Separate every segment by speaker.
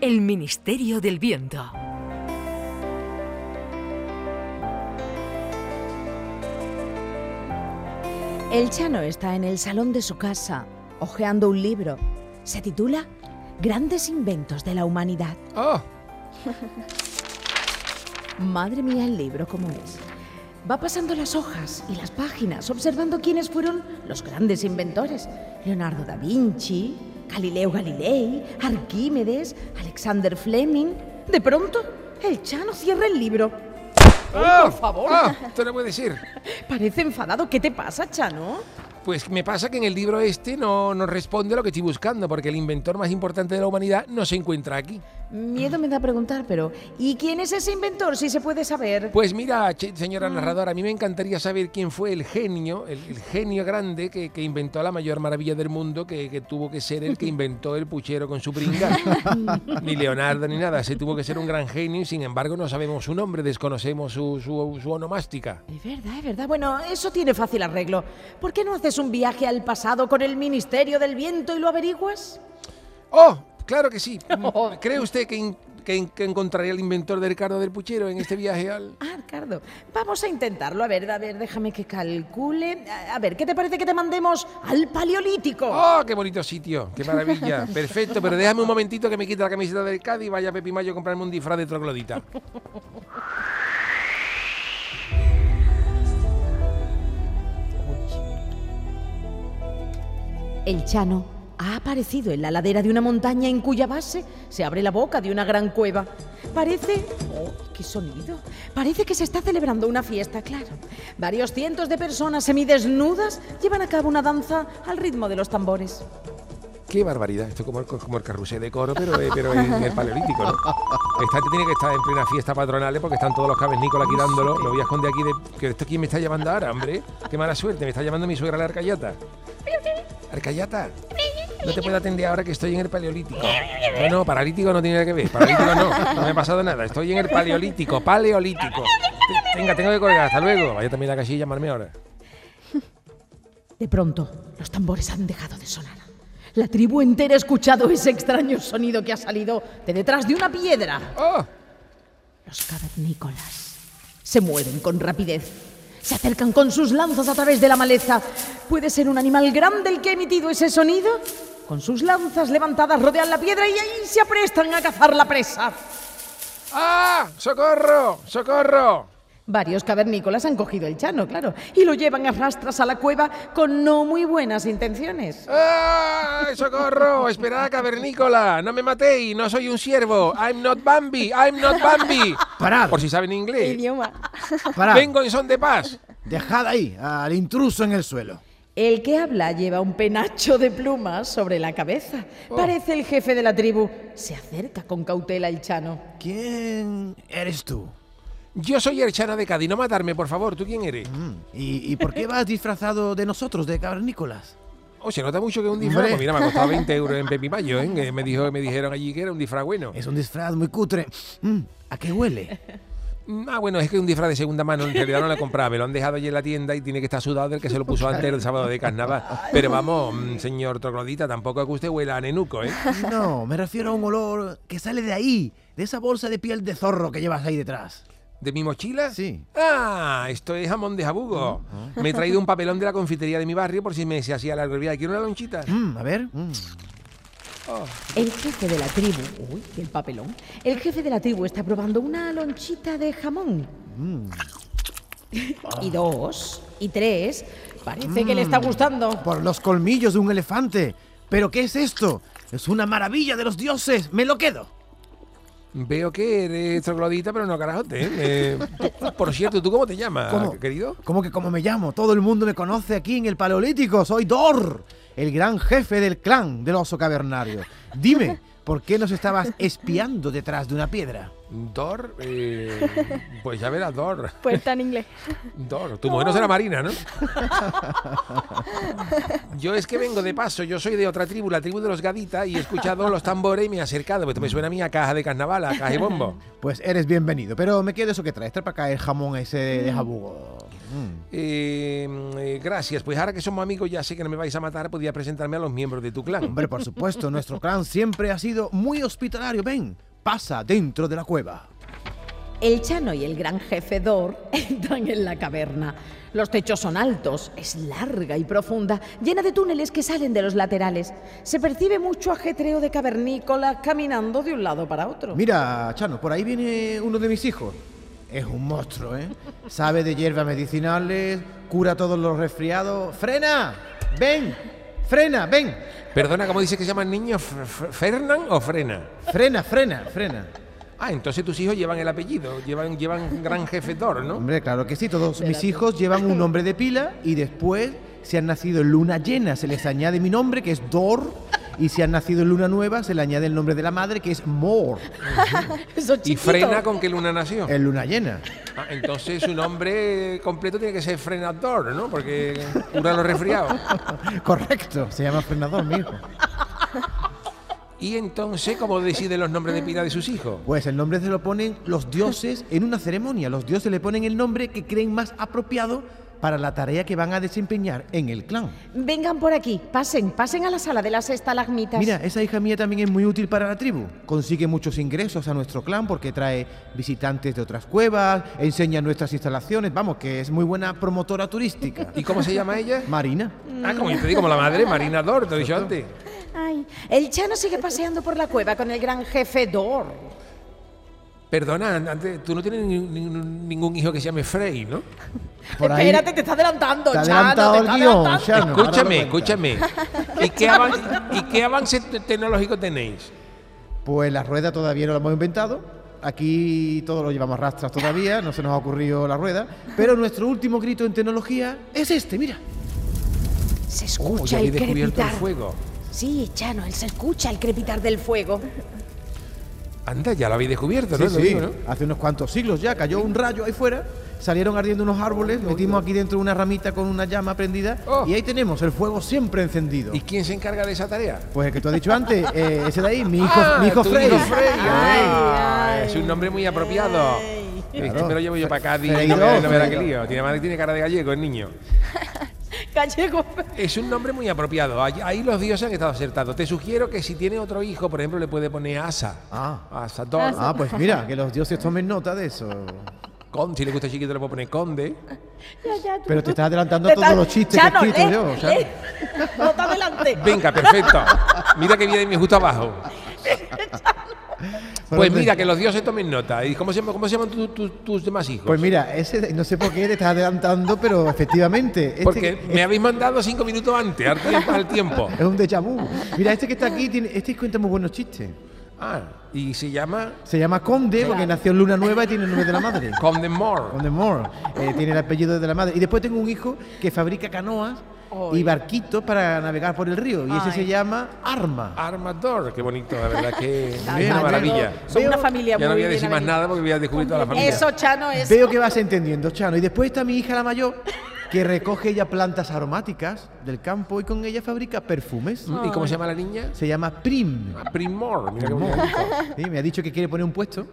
Speaker 1: el Ministerio del Viento.
Speaker 2: El Chano está en el salón de su casa, hojeando un libro. Se titula Grandes inventos de la humanidad.
Speaker 3: ¡Oh!
Speaker 2: Madre mía, el libro, ¿cómo es? Va pasando las hojas y las páginas, observando quiénes fueron los grandes inventores. Leonardo da Vinci, Galileo Galilei, Arquímedes, Alexander Fleming. De pronto, el Chano cierra el libro.
Speaker 3: ¡Ah!
Speaker 2: por favor.
Speaker 3: ¡Ah! Te lo voy a decir.
Speaker 2: Parece enfadado. ¿Qué te pasa, Chano?
Speaker 3: Pues me pasa que en el libro este no, no responde a lo que estoy buscando, porque el inventor más importante de la humanidad no se encuentra aquí.
Speaker 2: Miedo me da preguntar, pero ¿y quién es ese inventor, si se puede saber?
Speaker 3: Pues mira, che- señora narradora, a mí me encantaría saber quién fue el genio, el, el genio grande que, que inventó la mayor maravilla del mundo, que, que tuvo que ser el que inventó el puchero con su pringa. ni Leonardo ni nada, se tuvo que ser un gran genio y sin embargo no sabemos su nombre, desconocemos su, su- su onomástica.
Speaker 2: Es verdad, es verdad. Bueno, eso tiene fácil arreglo. ¿Por qué no haces un viaje al pasado con el Ministerio del Viento y lo averiguas?
Speaker 3: ¡Oh! Claro que sí. Mm, ¿Cree usted que, in- que in- que encontraría al inventor del cardo del puchero en este viaje al...?
Speaker 2: Ah, Ricardo, vamos a intentarlo. A ver, a ver, déjame que calcule. A a ver, ¿qué te parece que te mandemos al Paleolítico?
Speaker 3: ¡Oh, qué bonito sitio! ¡Qué maravilla! Perfecto, pero déjame un momentito que me quite la camiseta del Cádiz y vaya a Pepi Mayo a comprarme un disfraz de troglodita.
Speaker 2: El Chano ha aparecido en la ladera de una montaña en cuya base se abre la boca de una gran cueva. Parece... ¡Oh, qué sonido! Parece que se está celebrando una fiesta, claro. Varios cientos de personas semidesnudas llevan a cabo una danza al ritmo de los tambores.
Speaker 3: ¡Qué barbaridad! Esto es como el, como el carrusel de coro, pero, eh, pero en el paleolítico, ¿no? Esta gente tiene que estar en plena fiesta patronal porque están todos los cabeznícolas aquí dándolo. Lo voy a esconder aquí de... que ¿Esto quién me está llamando ahora, hombre? ¡Qué mala suerte! Me está llamando mi suegra la Arcayata. Arcayata, no te puedo atender ahora que estoy en el paleolítico. No, no, paralítico no tiene nada que ver. Paralítico no, no me ha pasado nada. Estoy en el paleolítico, paleolítico. Te- Venga, tengo que colgar, hasta luego. Vaya también a la casilla, llamarme ahora.
Speaker 2: De pronto, los tambores han dejado de sonar. La tribu entera ha escuchado ese extraño sonido que ha salido de detrás de una piedra.
Speaker 3: ¡Oh!
Speaker 2: Los cavernícolas se mueven con rapidez. Se acercan con sus lanzas a través de la maleza. ¿Puede ser un animal grande el que ha emitido ese sonido? Con sus lanzas levantadas rodean la piedra y ahí se aprestan a cazar la presa.
Speaker 3: ¡Ah! ¡Socorro! ¡Socorro!
Speaker 2: Varios cavernícolas han cogido el chano, claro, y lo llevan a rastras a la cueva con no muy buenas intenciones.
Speaker 3: ¡Ay, socorro! Esperad, cavernícola. No me matéis, no soy un siervo. I'm not Bambi, I'm not Bambi.
Speaker 4: Parad.
Speaker 3: Por si saben inglés.
Speaker 4: Parad,
Speaker 3: Vengo en son de paz.
Speaker 4: dejad ahí al intruso en el suelo.
Speaker 2: El que habla lleva un penacho de plumas sobre la cabeza. Parece el jefe de la tribu. Se acerca con cautela el chano.
Speaker 4: ¿Quién eres tú?
Speaker 3: Yo soy el Chano de Cádiz. No matarme, por favor. ¿Tú quién eres?
Speaker 4: Mm, ¿Y, y por qué vas disfrazado de nosotros, de cavernícolas?
Speaker 3: O Oh, se nota mucho que es un disfraz.
Speaker 4: Hombre.
Speaker 3: Pues mira, me ha costado 20 euros en Pepi Mayo, ¿eh? Que Me, dijo, me dijeron allí que era un disfraz bueno.
Speaker 4: Es un disfraz muy cutre. Mm, ¿A qué huele?
Speaker 3: Mm, Ah, bueno, es que es un disfraz de segunda mano. En realidad no lo he comprado. Me lo han dejado allí en la tienda y tiene que estar sudado del que se lo puso antes el sábado de carnaval. Pero vamos, mm, señor Troglodita, tampoco es que usted huela a nenuco, ¿eh?
Speaker 4: No, me refiero a un olor que sale de ahí, de esa bolsa de piel de zorro que llevas ahí detrás.
Speaker 3: ¿De mi mochila?
Speaker 4: Sí.
Speaker 3: Ah, esto es jamón de jabugo. Me he traído un papelón de la confitería de mi barrio por si me se hacía la albrería. ¿Quiero una lonchita?
Speaker 4: Mm, a ver. mm.
Speaker 2: El jefe de la tribu. Uy, el papelón. El jefe de la tribu está probando una lonchita de jamón. Y dos, y tres. Parece que le está gustando.
Speaker 4: Por los colmillos de un elefante. ¿Pero qué es esto? Es una maravilla de los dioses. Me lo quedo.
Speaker 3: Veo que eres troglodita, pero no carajote. ¿eh? Eh, tú- por cierto, ¿tú cómo te llamas,
Speaker 4: ¿Cómo?
Speaker 3: Ah, querido?
Speaker 4: ¿Cómo que cómo me llamo? Todo el mundo me conoce aquí en el Paleolítico. Soy Dor, el gran jefe del clan del oso cavernario. Dime, ¿por qué nos estabas espiando detrás de una piedra?
Speaker 3: Dor, eh, pues ya verás, Dor.
Speaker 5: Puerta en inglés.
Speaker 3: Dor, tu mujer no será marina, ¿no? Yo es que vengo de paso, yo soy de otra tribu, la tribu de los gaditas, y he escuchado los tambores y me he acercado. Esto me suena a mí a caja de carnaval, a caja de bombo.
Speaker 4: Pues eres bienvenido, pero me quedo eso que traes. Trae para acá el jamón ese de, de jabugo. Mm.
Speaker 3: Eh, eh, gracias, pues ahora que somos amigos ya sé que no me vais a matar, podía presentarme a los miembros de tu clan.
Speaker 4: Hombre, por supuesto, nuestro clan siempre ha sido muy hospitalario. Ven, pasa dentro de la cueva.
Speaker 2: El Chano y el gran jefe Dor entran en la caverna. Los techos son altos, es larga y profunda, llena de túneles que salen de los laterales. Se percibe mucho ajetreo de cavernícolas caminando de un lado para otro.
Speaker 4: Mira, Chano, por ahí viene uno de mis hijos. Es un monstruo, ¿eh? Sabe de hierbas medicinales, cura todos los resfriados. ¡Frena! ¡Ven! ¡Frena! ¡Ven!
Speaker 3: Perdona, ¿cómo dice que se llaman niños? ¿F- f- ¿Fernan o Frena?
Speaker 4: ¡Frena! ¡Frena! ¡Frena!
Speaker 3: Ah, entonces tus hijos llevan el apellido, llevan, llevan gran jefe Dor, ¿no?
Speaker 4: Hombre, claro que sí, todos mis hijos llevan un nombre de pila y después, si han nacido en luna llena, se les añade mi nombre, que es Dor, y si han nacido en luna nueva, se le añade el nombre de la madre, que es Mor,
Speaker 2: Esos
Speaker 3: Y
Speaker 2: chiquitos.
Speaker 3: frena con que Luna nació.
Speaker 4: en luna llena.
Speaker 3: Ah, entonces su nombre completo tiene que ser Frenador, ¿no? Porque cura los resfriados.
Speaker 4: Correcto, se llama Frenador, mi hijo.
Speaker 3: Y entonces, ¿cómo deciden los nombres de pila de sus hijos?
Speaker 4: Pues el nombre se lo ponen los dioses en una ceremonia. Los dioses le ponen el nombre que creen más apropiado para la tarea que van a desempeñar en el clan.
Speaker 2: Vengan por aquí, pasen, pasen a la sala de las estalagmitas.
Speaker 4: Mira, esa hija mía también es muy útil para la tribu. Consigue muchos ingresos a nuestro clan porque trae visitantes de otras cuevas, enseña nuestras instalaciones, vamos, que es muy buena promotora turística.
Speaker 3: ¿Y cómo se llama ella?
Speaker 4: Marina.
Speaker 3: Ah, como yo te digo, como la madre, Marina Dor, te lo he dicho antes.
Speaker 5: Ay,
Speaker 2: El Chano sigue paseando por la cueva con el gran jefe Dor.
Speaker 3: Perdona, antes, tú no tienes ni- ni- ningún hijo que se llame Frey, ¿no?
Speaker 4: Por ahí
Speaker 2: Espérate, te está adelantando,
Speaker 4: te ha
Speaker 2: Chano.
Speaker 4: adelantado
Speaker 2: te
Speaker 4: el
Speaker 2: está
Speaker 4: guión.
Speaker 2: adelantando.
Speaker 4: Chano, ahora lo
Speaker 3: escúchame,
Speaker 4: cuenta.
Speaker 3: escúchame. ¿Y qué, avan- ¿Y qué avance te- tecnológico tenéis?
Speaker 4: Pues la rueda todavía no la hemos inventado. Aquí todo lo llevamos rastras todavía, no se nos ha ocurrido la rueda. Pero nuestro último grito en tecnología es este, mira.
Speaker 2: Se
Speaker 3: Oh,
Speaker 2: escucha
Speaker 3: ya habéis
Speaker 2: el
Speaker 3: descubierto el
Speaker 2: crepitar.
Speaker 3: fuego.
Speaker 2: Sí, Chano, él se escucha el crepitar del fuego.
Speaker 3: Anda, ya lo habéis descubierto, ¿no?
Speaker 4: Sí,
Speaker 3: Lo
Speaker 4: sí,
Speaker 3: digo, ¿no?
Speaker 4: Hace unos cuantos siglos ya cayó un rayo ahí fuera, salieron ardiendo unos árboles, metimos aquí dentro una ramita con una llama prendida
Speaker 3: Oh.
Speaker 4: y ahí tenemos el fuego siempre encendido.
Speaker 3: ¿Y quién se encarga de esa tarea?
Speaker 4: Pues el que tú has dicho antes, eh, ese de ahí, mi hijo,
Speaker 3: Ah,
Speaker 4: mi hijo
Speaker 3: tu
Speaker 4: Freddy. Ah,
Speaker 3: hijo Freddy,
Speaker 2: Ay,
Speaker 3: ay. Es un nombre muy apropiado. Este
Speaker 4: Claro.
Speaker 3: me lo llevo yo para Cádiz.
Speaker 4: Freddy
Speaker 3: No verá- no verá
Speaker 4: Freddy
Speaker 3: qué lío. Tiene, madre- tiene cara de gallego el niño.
Speaker 5: gallego.
Speaker 3: Es un nombre muy apropiado. Ahí- Ahí los dioses han estado acertados. Te sugiero que si tiene otro hijo, por ejemplo, le puede poner Asa.
Speaker 4: Ah.
Speaker 3: Asa Thor.
Speaker 4: Ah, pues mira, que los dioses tomen nota de eso.
Speaker 3: Con- si le gusta chiquito, le puedo poner Conde.
Speaker 5: Ya, ya, tú-
Speaker 4: Pero te
Speaker 5: tú-
Speaker 4: estás adelantando
Speaker 5: te
Speaker 4: todos
Speaker 5: estás-
Speaker 4: los chistes que
Speaker 2: Chano,
Speaker 4: he escrito
Speaker 2: lee,
Speaker 4: yo. Chano.
Speaker 2: lee. No te adelante.
Speaker 3: Venga, perfecto. Mira que viene de mí justo abajo. Pues
Speaker 4: este
Speaker 3: mira, que los dioses tomen nota. ¿Y cómo se, llama- cómo se llaman tu- tu- tus demás hijos?
Speaker 4: Pues mira, ese de- no sé por qué te estás adelantando, pero efectivamente. este-
Speaker 3: Porque me habéis mandado cinco minutos antes, al tiempo. Al tiempo.
Speaker 4: Es un déjà vu. Mira, este que está aquí, tiene, este cuenta muy buenos chistes.
Speaker 3: Ah, y se llama
Speaker 4: Se llama Conde porque nació en Luna Nueva y tiene el nombre de la madre.
Speaker 3: Conde Moore.
Speaker 4: Conde Moore. Eh, tiene el apellido de la madre. Y después tengo un hijo que fabrica canoas y barquitos para navegar por el río. Y ese se llama
Speaker 3: Ah,
Speaker 4: Arma.
Speaker 3: Armador, qué bonito, la verdad que es
Speaker 4: Bien,
Speaker 3: una
Speaker 4: Armador.
Speaker 3: maravilla.
Speaker 2: Son una
Speaker 4: Veo-
Speaker 2: familia
Speaker 3: Ya
Speaker 2: muy
Speaker 3: no voy a
Speaker 2: bien
Speaker 3: decir más
Speaker 2: avenida.
Speaker 3: nada porque voy a descubrir toda la familia.
Speaker 2: Eso, Chano, es.
Speaker 4: Veo que vas entendiendo, Chano. Y después está mi hija la mayor que recoge ella plantas aromáticas del campo y con ella fabrica perfumes.
Speaker 3: ¿Y cómo se llama la niña?
Speaker 4: Se llama Prim.
Speaker 3: Ah, Primor, mira qué
Speaker 4: Amor.
Speaker 3: bonito.
Speaker 4: Sí, me ha dicho que quiere poner un puesto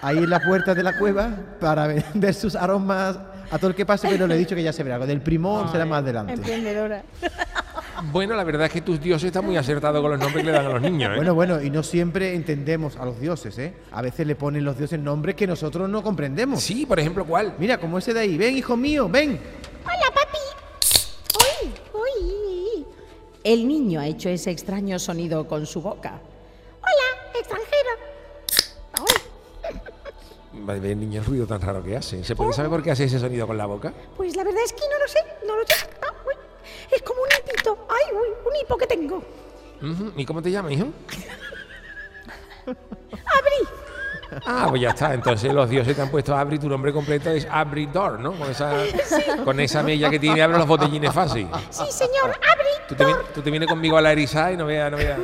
Speaker 4: ahí en la puerta de la cueva para vender sus aromas a todo el que pase, pero le he dicho que ya se verá. Lo Del primón será más adelante.
Speaker 5: Emprendedora.
Speaker 3: Bueno, la verdad es que tus dioses están muy acertados con los nombres que le dan a los niños. ¿eh?
Speaker 4: Bueno, bueno, y no siempre entendemos a los dioses, ¿eh? A veces le ponen los dioses nombres que nosotros no comprendemos.
Speaker 3: sí, por ejemplo, ¿cuál?
Speaker 4: Mira, como ese de ahí. Ven, hijo mío, ven.
Speaker 5: Hola, papi. Uy, uy.
Speaker 2: El niño ha hecho ese extraño sonido con su boca.
Speaker 5: Hola, extranjero. Ay,
Speaker 3: Madre mía, el niño, el ruido tan raro que hace. ¿Se puede saber por qué hace ese sonido con la boca?
Speaker 5: pues la verdad es que no lo sé, no lo sé. Ah, uy. Es como un hipito. Ay, uy, un hipo que tengo.
Speaker 3: Ujú, ¿Y cómo te llamas, hijo?
Speaker 5: Abrí.
Speaker 3: Ah, pues ya está. Entonces los dioses te han puesto Abri, tu nombre completo es Abridor, ¿no? Con esa, con esa mella que tiene, abre los botellines fácil.
Speaker 5: Sí, señor, abrí.
Speaker 3: Tú te, vien- tú te vienes conmigo a la eriza y no veas, no veas.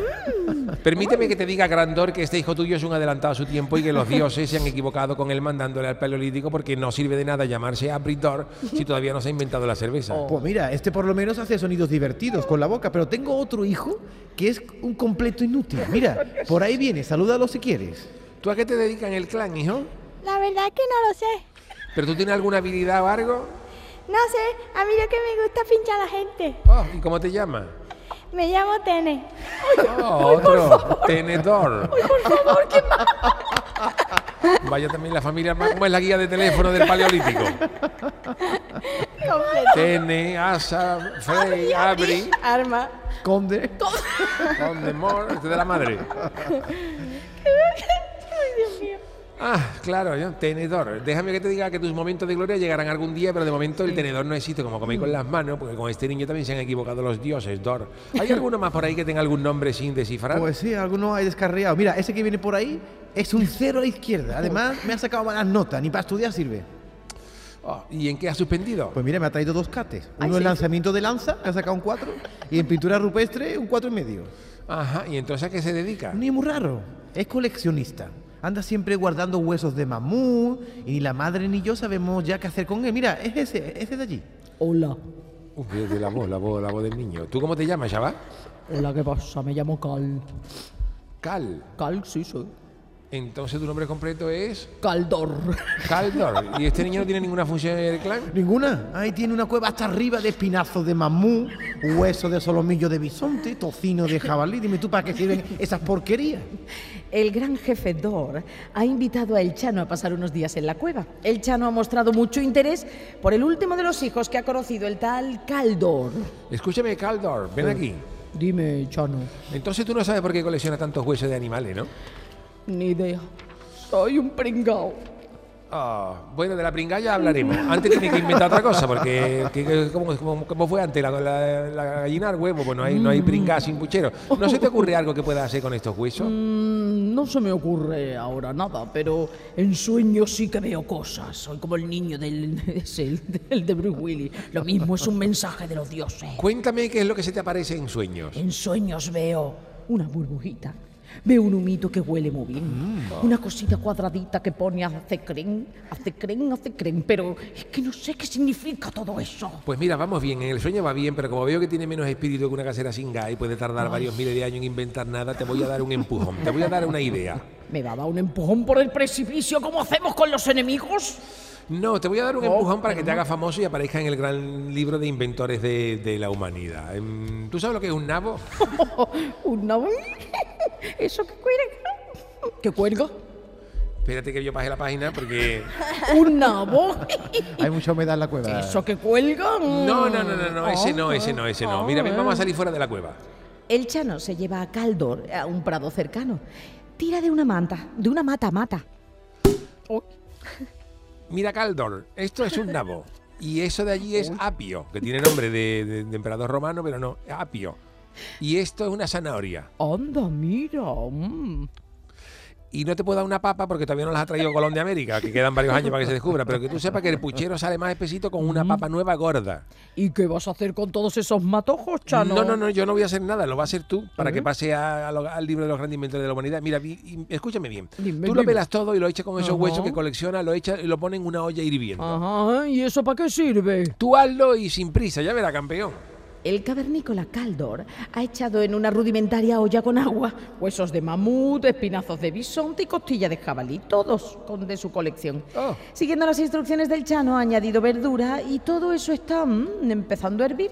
Speaker 3: Permíteme que te diga, Grandor, que este hijo tuyo es un adelantado a su tiempo y que los dioses se han equivocado con él mandándole al paleolítico porque no sirve de nada llamarse Abridor si todavía no se ha inventado la cerveza.
Speaker 4: Pues mira, este por lo menos hace sonidos divertidos con la boca, pero tengo otro hijo que es un completo inútil. Mira, por ahí viene, salúdalo si quieres.
Speaker 3: ¿Tú a qué te dedican el clan, hijo?
Speaker 6: La verdad es que no lo sé.
Speaker 3: ¿Pero tú tienes alguna habilidad o algo?
Speaker 6: No sé, a mí lo que me gusta es pinchar a la gente.
Speaker 3: Oh, ¿Y cómo te llamas?
Speaker 6: Me llamo Tene.
Speaker 3: Oh, otro, tenedor. Vaya también la familia, Arma- ¿cómo es la guía de teléfono del paleolítico? Tene, Asa, Frey, Abri,
Speaker 2: Arma.
Speaker 4: Conde.
Speaker 3: On the More, este de la madre.
Speaker 4: ¿Eh?
Speaker 3: Ah, claro, yo, tenedor. Déjame que te diga que tus momentos de gloria llegarán algún día, pero de momento el tenedor no existe, como coméis con las manos, porque con este niño también se han equivocado los dioses, Dor. ¿Hay alguno más por ahí que tenga algún nombre sin descifrar?
Speaker 4: Pues sí, alguno hay descarriado. Mira, ese que viene por ahí es un cero a la izquierda. Además, me ha sacado malas notas, ni para estudiar sirve.
Speaker 3: Oh, ¿Y en qué has suspendido?
Speaker 4: Pues mira, me ha traído dos cates. Uno en lanzamiento de lanza, que ha sacado un 4, y en pintura rupestre un cuatro y medio.
Speaker 3: Ajá, ¿y entonces a qué se dedica?
Speaker 4: Ni muy raro. Es coleccionista. Anda siempre guardando huesos de mamut y ni la madre ni yo sabemos ya qué hacer con él. Mira, es ese, ese de allí.
Speaker 7: Hola,
Speaker 3: Uy, de la voz, la voz, la voz del niño. ¿Tú cómo te llamas, chaval?
Speaker 7: hola, ¿qué pasa? Me llamo Cal.
Speaker 3: Cal.
Speaker 7: Cal, sí, soy.
Speaker 3: Entonces tu nombre completo es
Speaker 7: Caldor.
Speaker 3: Caldor. ¿Y este niño no tiene ninguna función en el clan?
Speaker 4: Ninguna. Ahí tiene una cueva hasta arriba de espinazos de mamut, huesos de solomillo de bisonte, tocino de jabalí. Dime tú para qué sirven esas porquerías.
Speaker 2: El gran jefe Dor ha invitado a El Chano a pasar unos días en la cueva. El Chano ha mostrado mucho interés por el último de los hijos que ha conocido, el tal Caldor.
Speaker 3: Escúchame, Caldor, ven aquí.
Speaker 7: Dime, Chano.
Speaker 3: Entonces tú no sabes por qué colecciona tantos huesos de animales, ¿no?
Speaker 7: Ni idea. Soy un pringao.
Speaker 3: Ah, bueno, de la pringalla hablaremos. Antes tiene que inventar otra cosa, porque que- que- ¿cómo, cómo- cómo fue antes? La, la- la gallina al huevo, pues no hay, no hay pringada sin puchero. ¿No se te ocurre algo que puedas hacer con estos huesos?
Speaker 7: Mm, No se me ocurre ahora nada, pero en sueños sí que veo cosas. Soy como el niño del, ese, el, del de Bruce Willis. Lo mismo es un mensaje de los dioses.
Speaker 3: Cuéntame qué es lo que se te aparece en sueños.
Speaker 7: En sueños veo una burbujita. Veo un humito que huele muy bien.
Speaker 3: Ah.
Speaker 7: Una cosita cuadradita que pone hace creen, hace creen, hace creen. Pero es que no sé qué significa todo eso.
Speaker 3: Pues mira, vamos bien, en el sueño va bien, pero como veo que tiene menos espíritu que una casera sin gas y puede tardar varios miles de años en inventar nada, te voy a dar un empujón, te voy a dar una idea.
Speaker 7: ¿Me va a dar un empujón por el precipicio como hacemos con los enemigos?
Speaker 3: No, te voy a dar un empujón para que te haga famoso y aparezca en el gran libro de inventores de, de la humanidad. Em, ¿Tú sabes lo que es un nabo?
Speaker 7: Oh, ¿Un nabo? ¿Eso que cuelga? ¿Que cuelga?
Speaker 3: Espérate que yo pase la página porque...
Speaker 7: ¿Un nabo?
Speaker 4: Hay mucha humedad en la cueva.
Speaker 7: ¿Eso que cuelga? Ah.
Speaker 3: No, no, no, no, no, ese no, ese no, ese
Speaker 2: Oh,
Speaker 3: no. Mira, ven, vamos a salir fuera de la cueva.
Speaker 2: El Chano se lleva a Caldor a un prado cercano. Tira de una manta, de una mata mata.
Speaker 3: Mira, Caldor, esto es un nabo. Y eso de allí es apio, que tiene nombre de, de- de emperador romano, pero no, apio. Y esto es una zanahoria.
Speaker 7: Anda, mira. mm.
Speaker 3: y no te puedo dar una papa porque todavía no las ha traído Colón de América, que quedan varios años para que se descubra, pero que tú sepas que el puchero sale más espesito con una papa nueva gorda.
Speaker 7: ¿Y qué vas a hacer con todos esos matojos, Chano?
Speaker 3: No, no, no, yo no voy a hacer nada, lo va a hacer tú para que pase a- a lo- al libro de los grandes inventores de la humanidad. Mira, vi- y- escúchame bien.
Speaker 7: Dime,
Speaker 3: tú lo
Speaker 7: dime.
Speaker 3: pelas todo y lo echas con esos
Speaker 7: Ajá. Ah.
Speaker 3: huesos que colecciona, lo echas y lo pones en una olla hirviendo.
Speaker 7: Ajá, ¿eh? ¿y eso para qué sirve?
Speaker 3: Tú hazlo y sin prisa, ya verás, campeón.
Speaker 2: El cavernícola Caldor ha echado en una rudimentaria olla con agua
Speaker 7: Huesos de mamut, espinazos de bisonte y costilla de jabalí, todos con de su colección.
Speaker 3: Oh.
Speaker 2: Siguiendo las instrucciones del Chano, ha añadido verdura y todo eso está mm, empezando a hervir.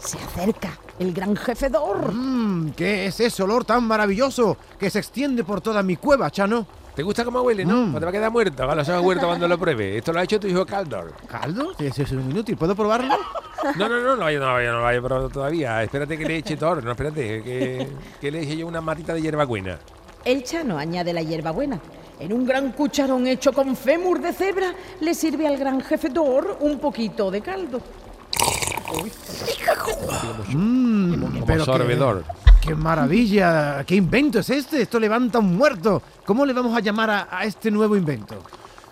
Speaker 2: Se acerca el gran jefe Dor.
Speaker 4: Mm, ¿Qué es ese olor tan maravilloso que se extiende por toda mi cueva, Chano?
Speaker 3: ¿Te gusta cómo huele, no?
Speaker 4: Mm.
Speaker 3: Pues te va a quedar muerto, ahora lo sabes muerto cuando lo pruebe. Esto lo ha hecho tu hijo Caldor.
Speaker 4: ¿Caldo? Eso es un inútil. ¿Puedo probarlo?
Speaker 3: No, no, no, no vaya, no vaya, no vaya pero todavía. Espérate que le eche todo. No, espérate, que, que le eche yo una matita de hierbabuena.
Speaker 2: El Chano añade la hierbabuena. En un gran cucharón hecho con fémur de cebra, le sirve al gran jefe Dor un poquito de caldo.
Speaker 4: Mm,
Speaker 3: Como
Speaker 4: pero qué-
Speaker 3: sorbedor.
Speaker 4: ¡Qué maravilla! ¿Qué invento es este? Esto levanta un muerto. ¿Cómo le vamos a llamar a, a este nuevo invento?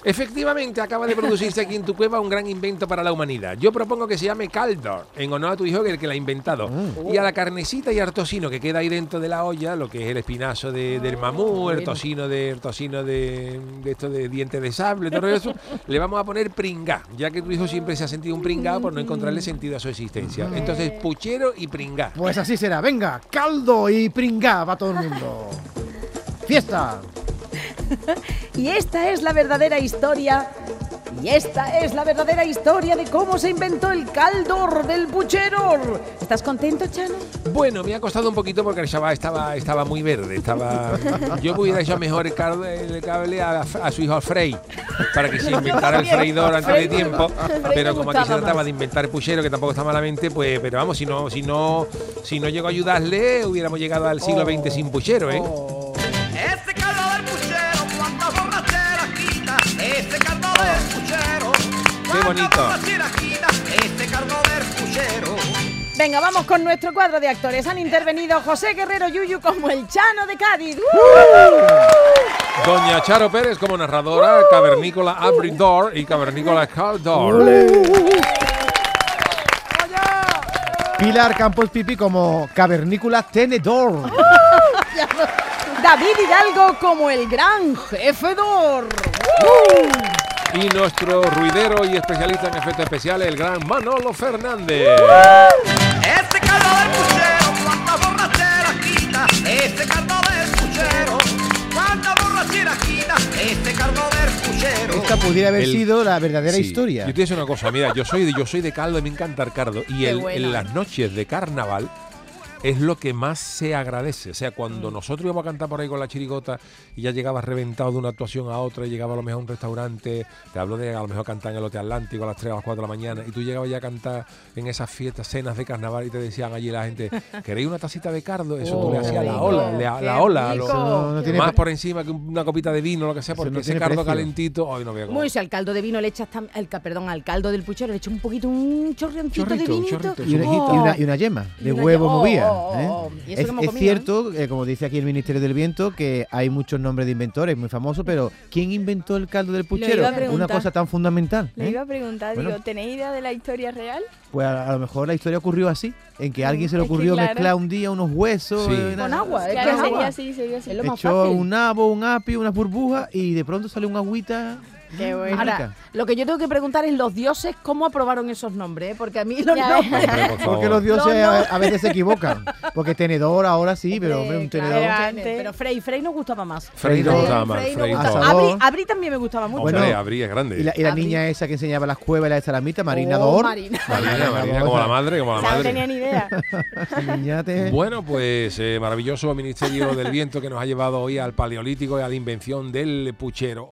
Speaker 3: Efectivamente, acaba de producirse aquí en tu cueva un gran invento para la humanidad. Yo propongo que se llame Caldor, en honor a tu hijo, que es el que la ha inventado. Y a la carnecita y al tocino que queda ahí dentro de la olla, lo que es el espinazo de- del mamú, el tocino de, el tocino de, de esto de dientes de sable, todo eso, le vamos a poner pringá, ya que tu hijo siempre se ha sentido un pringá por no encontrarle sentido a su existencia. Entonces, puchero y pringá.
Speaker 4: Pues así será. Venga, caldo y pringá va todo el mundo. ¡Fiesta!
Speaker 2: Y esta es la verdadera historia. Y esta es la verdadera historia de cómo se inventó el caldor del puchero. ¿Estás contento, Chano?
Speaker 3: Bueno, me ha costado un poquito porque el chaval estaba, estaba muy verde. Estaba... Yo hubiera hecho mejor el cable, el cable a, a su hijo al Frey para que se inventara el freidor antes de tiempo. Pero como aquí se trataba de inventar puchero, que tampoco está malamente, pues, pero vamos, si no, si no, si no llego a ayudarle, hubiéramos llegado al siglo XX sin puchero, ¿eh?
Speaker 8: Este caldo del puchero, cuántas borracheras quita. Este caldo del puchero, cuántas
Speaker 3: bonito.
Speaker 8: borracheras quita. Este caldo del puchero.
Speaker 2: Venga, vamos con nuestro cuadro de actores. Han intervenido José Guerrero Yuyu como el Chano de Cádiz.
Speaker 3: Doña Charo Pérez como narradora, Cavernícola Abridor y Cavernícola Caldor.
Speaker 4: Pilar Campos Pipi como cavernícula tenedor.
Speaker 3: Ah.
Speaker 2: David Hidalgo como el gran jefe Dor.
Speaker 3: Y nuestro ruidero y especialista en efectos especiales, el gran Manolo Fernández.
Speaker 8: Este caldo del puchero, cuántas borracheras quita. Este caldo del puchero, cuántas borracheras quita. Este caldo del puchero.
Speaker 4: Esta pudiera haber
Speaker 3: El-
Speaker 4: sido la verdadera
Speaker 3: Sí.
Speaker 4: historia.
Speaker 3: Yo te digo una cosa, mira, yo soy de, yo soy de caldo y me encanta el caldo. Y el- en las noches de carnaval es lo que más se agradece. O sea, cuando nosotros íbamos a cantar por ahí con la chirigota y ya llegabas reventado de una actuación a otra y llegaba a lo mejor a un restaurante, te hablo de a lo mejor cantar en el Hotel Atlántico a las 3 o a las 4 de la mañana y tú llegabas ya a cantar en esas fiestas, cenas de carnaval y te decían allí la gente, ¿queréis una tacita de cardo? Eso tú le
Speaker 4: Oh,
Speaker 3: hacías la
Speaker 4: rico,
Speaker 3: ola, le- a la ola, a lo-
Speaker 4: Eso no, no tiene
Speaker 3: más
Speaker 4: pre-
Speaker 3: por encima que una copita de vino, lo que sea,
Speaker 4: Eso
Speaker 3: porque
Speaker 4: no
Speaker 3: ese
Speaker 4: tiene
Speaker 3: cardo
Speaker 4: precio.
Speaker 3: calentito, ay, no voy a
Speaker 7: Muy, si al caldo de vino le echas tam- al, ca- perdón, al caldo del puchero le echas un poquito, un chorreoncito
Speaker 3: Chorrito,
Speaker 7: de
Speaker 3: un
Speaker 7: vinito.
Speaker 3: chorrito,
Speaker 4: y una, y- y
Speaker 7: Oh.
Speaker 4: una- y una yema de
Speaker 7: una
Speaker 4: huevo
Speaker 7: yema.
Speaker 4: movía.
Speaker 7: Oh,
Speaker 4: ¿eh?
Speaker 7: oh, oh. Y eso
Speaker 4: Es,
Speaker 7: que hemos
Speaker 4: es
Speaker 7: comido,
Speaker 4: cierto, eh, como dice aquí el Ministerio del Viento, que hay muchos nombres de inventores muy famosos, pero ¿quién inventó el caldo del puchero?
Speaker 6: iba a
Speaker 4: Una
Speaker 6: preguntar.
Speaker 4: cosa tan fundamental.
Speaker 6: Le
Speaker 4: ¿eh?
Speaker 6: iba a preguntar,
Speaker 4: Bueno.
Speaker 6: digo, ¿tenéis idea de la historia real?
Speaker 4: Pues a, a lo mejor la historia ocurrió así, en que a alguien se le
Speaker 6: es que
Speaker 4: ocurrió
Speaker 6: claro.
Speaker 4: mezclar un día unos huesos,
Speaker 3: Sí.
Speaker 4: eh, una-
Speaker 2: Con agua, es que es
Speaker 6: Claro, sería
Speaker 2: agua.
Speaker 6: así, sería así.
Speaker 7: Es lo más
Speaker 4: echó
Speaker 7: fácil.
Speaker 4: un nabo, un apio, unas burbujas y de pronto sale un agüita.
Speaker 6: Qué bueno.
Speaker 7: Ahora, lo que yo tengo que preguntar es los dioses cómo aprobaron esos nombres, ¿eh? porque a mí los
Speaker 6: Ya,
Speaker 7: nombres...
Speaker 3: Hombre, por favor.
Speaker 4: Porque los dioses
Speaker 7: No, no.
Speaker 4: A, a veces se equivocan. Porque tenedor ahora sí, pero hombre, un tenedor.
Speaker 6: claro.
Speaker 7: Pero, pero Frey, Frey nos gustaba más.
Speaker 3: Frey no
Speaker 4: Frey,
Speaker 3: gustaba más,
Speaker 7: Frey no
Speaker 3: Frey
Speaker 7: gustaba.
Speaker 3: no.
Speaker 4: Asador.
Speaker 7: Abri, Abri también me gustaba mucho.
Speaker 4: Ah, Bueno,
Speaker 3: Ah, Hombre, Abrí es grande.
Speaker 4: Y la, y la
Speaker 7: Abrir.
Speaker 4: niña esa que enseñaba las cuevas y la de salamita, Marina
Speaker 7: Oh,
Speaker 4: Dor.
Speaker 7: Marina.
Speaker 3: Marina, Marina, como la madre, como la
Speaker 6: O sea, no tenía
Speaker 3: madre.
Speaker 6: ni idea.
Speaker 4: Niña te-
Speaker 3: Bueno, pues eh, maravilloso Ministerio del Viento que nos ha llevado hoy al Paleolítico y a la invención del puchero.